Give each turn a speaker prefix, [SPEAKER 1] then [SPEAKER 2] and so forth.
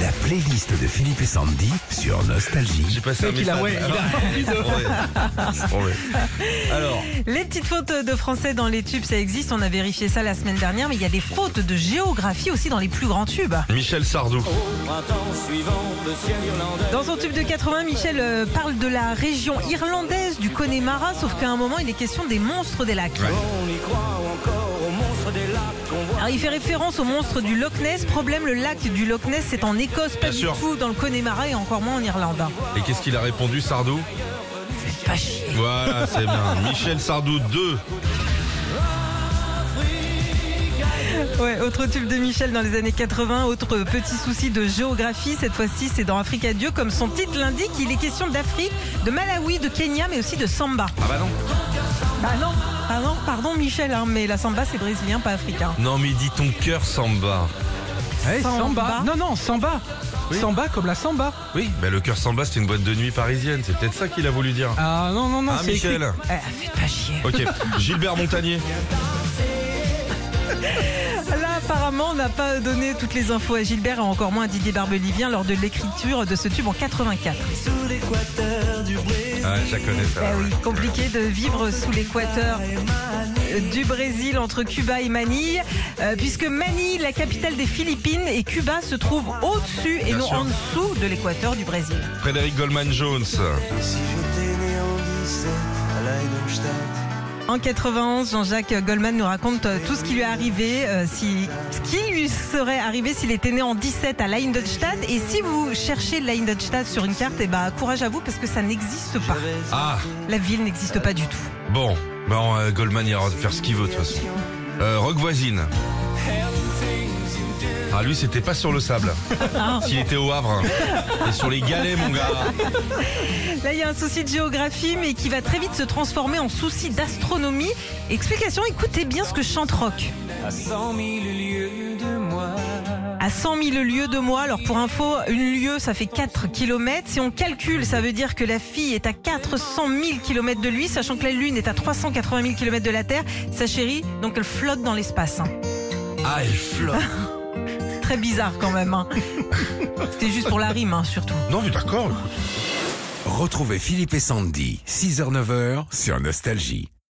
[SPEAKER 1] La playlist de Philippe et Sandy sur Nostalgie.
[SPEAKER 2] J'ai passé un
[SPEAKER 3] mec, il a-
[SPEAKER 2] message.
[SPEAKER 3] ouais, il
[SPEAKER 2] Ouais. Ouais. Alors,
[SPEAKER 4] Les petites fautes de français dans les tubes, ça existe. On a vérifié ça la semaine dernière, mais il y a des fautes de géographie aussi dans les plus grands tubes.
[SPEAKER 2] Ah, Michel Sardou.
[SPEAKER 4] Dans son tube de 80, Michel euh, parle de la région irlandaise du Connemara, sauf qu'à un moment, il est question des monstres des lacs. Alors, il fait référence au monstre du Loch Ness. Problème, le lac du Loch Ness, c'est en Écosse, pas
[SPEAKER 2] Bien
[SPEAKER 4] du
[SPEAKER 2] sûr.
[SPEAKER 4] tout dans le Connemara et encore moins en Irlande.
[SPEAKER 2] Et qu'est-ce qu'il a répondu, Sardou
[SPEAKER 4] Faites Pas chier.
[SPEAKER 2] Voilà, c'est bien. Michel Sardou 2.
[SPEAKER 4] Ouais, autre tube de Michel dans les années 80, autre petit souci de géographie. Cette fois-ci, c'est dans Afrique à Dieu. Comme son titre l'indique, il est question d'Afrique, de Malawi, de Kenya, mais aussi de Samba.
[SPEAKER 2] Ah bah non.
[SPEAKER 4] Ah non, ah non, pardon Michel, hein, mais la Samba, c'est brésilien, pas africain.
[SPEAKER 2] Non, mais dis ton cœur samba.
[SPEAKER 3] Ouais,
[SPEAKER 4] Samba.
[SPEAKER 3] Eh, samba. Non, non, samba.
[SPEAKER 2] Oui.
[SPEAKER 3] Samba comme la samba.
[SPEAKER 2] Oui, bah le cœur samba, c'est une boîte de nuit parisienne. C'est peut-être ça qu'il a voulu dire.
[SPEAKER 3] Ah non, non, non,
[SPEAKER 2] Ah,
[SPEAKER 3] c'est écrit.
[SPEAKER 2] Michel.
[SPEAKER 4] Eh, faites pas chier.
[SPEAKER 2] Ok, Gilbert Montagnier.
[SPEAKER 4] Là, apparemment, on n'a pas donné toutes les infos à Gilbert et encore moins à Didier Barbelivien lors de l'écriture de ce tube en 84.
[SPEAKER 2] Ah, je la connais ça.
[SPEAKER 4] Eh oui, compliqué de vivre sous l'équateur euh, du Brésil entre Cuba et Manille, euh, puisque Manille, la capitale des Philippines, et Cuba se trouvent au-dessus et
[SPEAKER 2] Bien
[SPEAKER 4] non
[SPEAKER 2] sûr.
[SPEAKER 4] en dessous de l'équateur du Brésil.
[SPEAKER 2] Frédéric Goldman Jones.
[SPEAKER 5] Si j'étais né en 17 à Leidenstadt
[SPEAKER 4] En 91, Jean-Jacques Goldman nous raconte euh, tout ce qui lui est arrivé, euh, si, ce qui lui serait arrivé s'il était né en 17 à Leidenstadt. Et si vous cherchez Leidenstadt sur une carte, eh ben, courage à vous parce que ça n'existe pas.
[SPEAKER 2] Ah,
[SPEAKER 4] La ville n'existe pas du tout.
[SPEAKER 2] bon. Bon, euh, Goldman ira faire ce qu'il veut de toute façon. Euh, Rock voisine. Ah lui c'était pas sur le sable.
[SPEAKER 3] Ah.
[SPEAKER 2] S'il était au Havre. Et sur les galets mon gars.
[SPEAKER 4] Là, il y a un souci de géographie, mais qui va très vite se transformer en souci d'astronomie. Explication, écoutez bien ce que chante Rock.
[SPEAKER 5] À cent mille lieues de moi
[SPEAKER 4] à 100 000 lieues de moi. Alors pour info, une lieue, ça fait 4 km. Si on calcule, ça veut dire que la fille est à 400 000 km de lui, sachant que la Lune est à 380 000 km de la Terre. Sa chérie, donc elle flotte dans l'espace. hein.
[SPEAKER 2] Ah elle flotte.
[SPEAKER 4] C'est Très bizarre quand même. hein. C'était juste pour la rime, hein, surtout.
[SPEAKER 2] Non mais d'accord. écoute.
[SPEAKER 1] Retrouvez Philippe et Sandy, 6h-9h sur Nostalgie.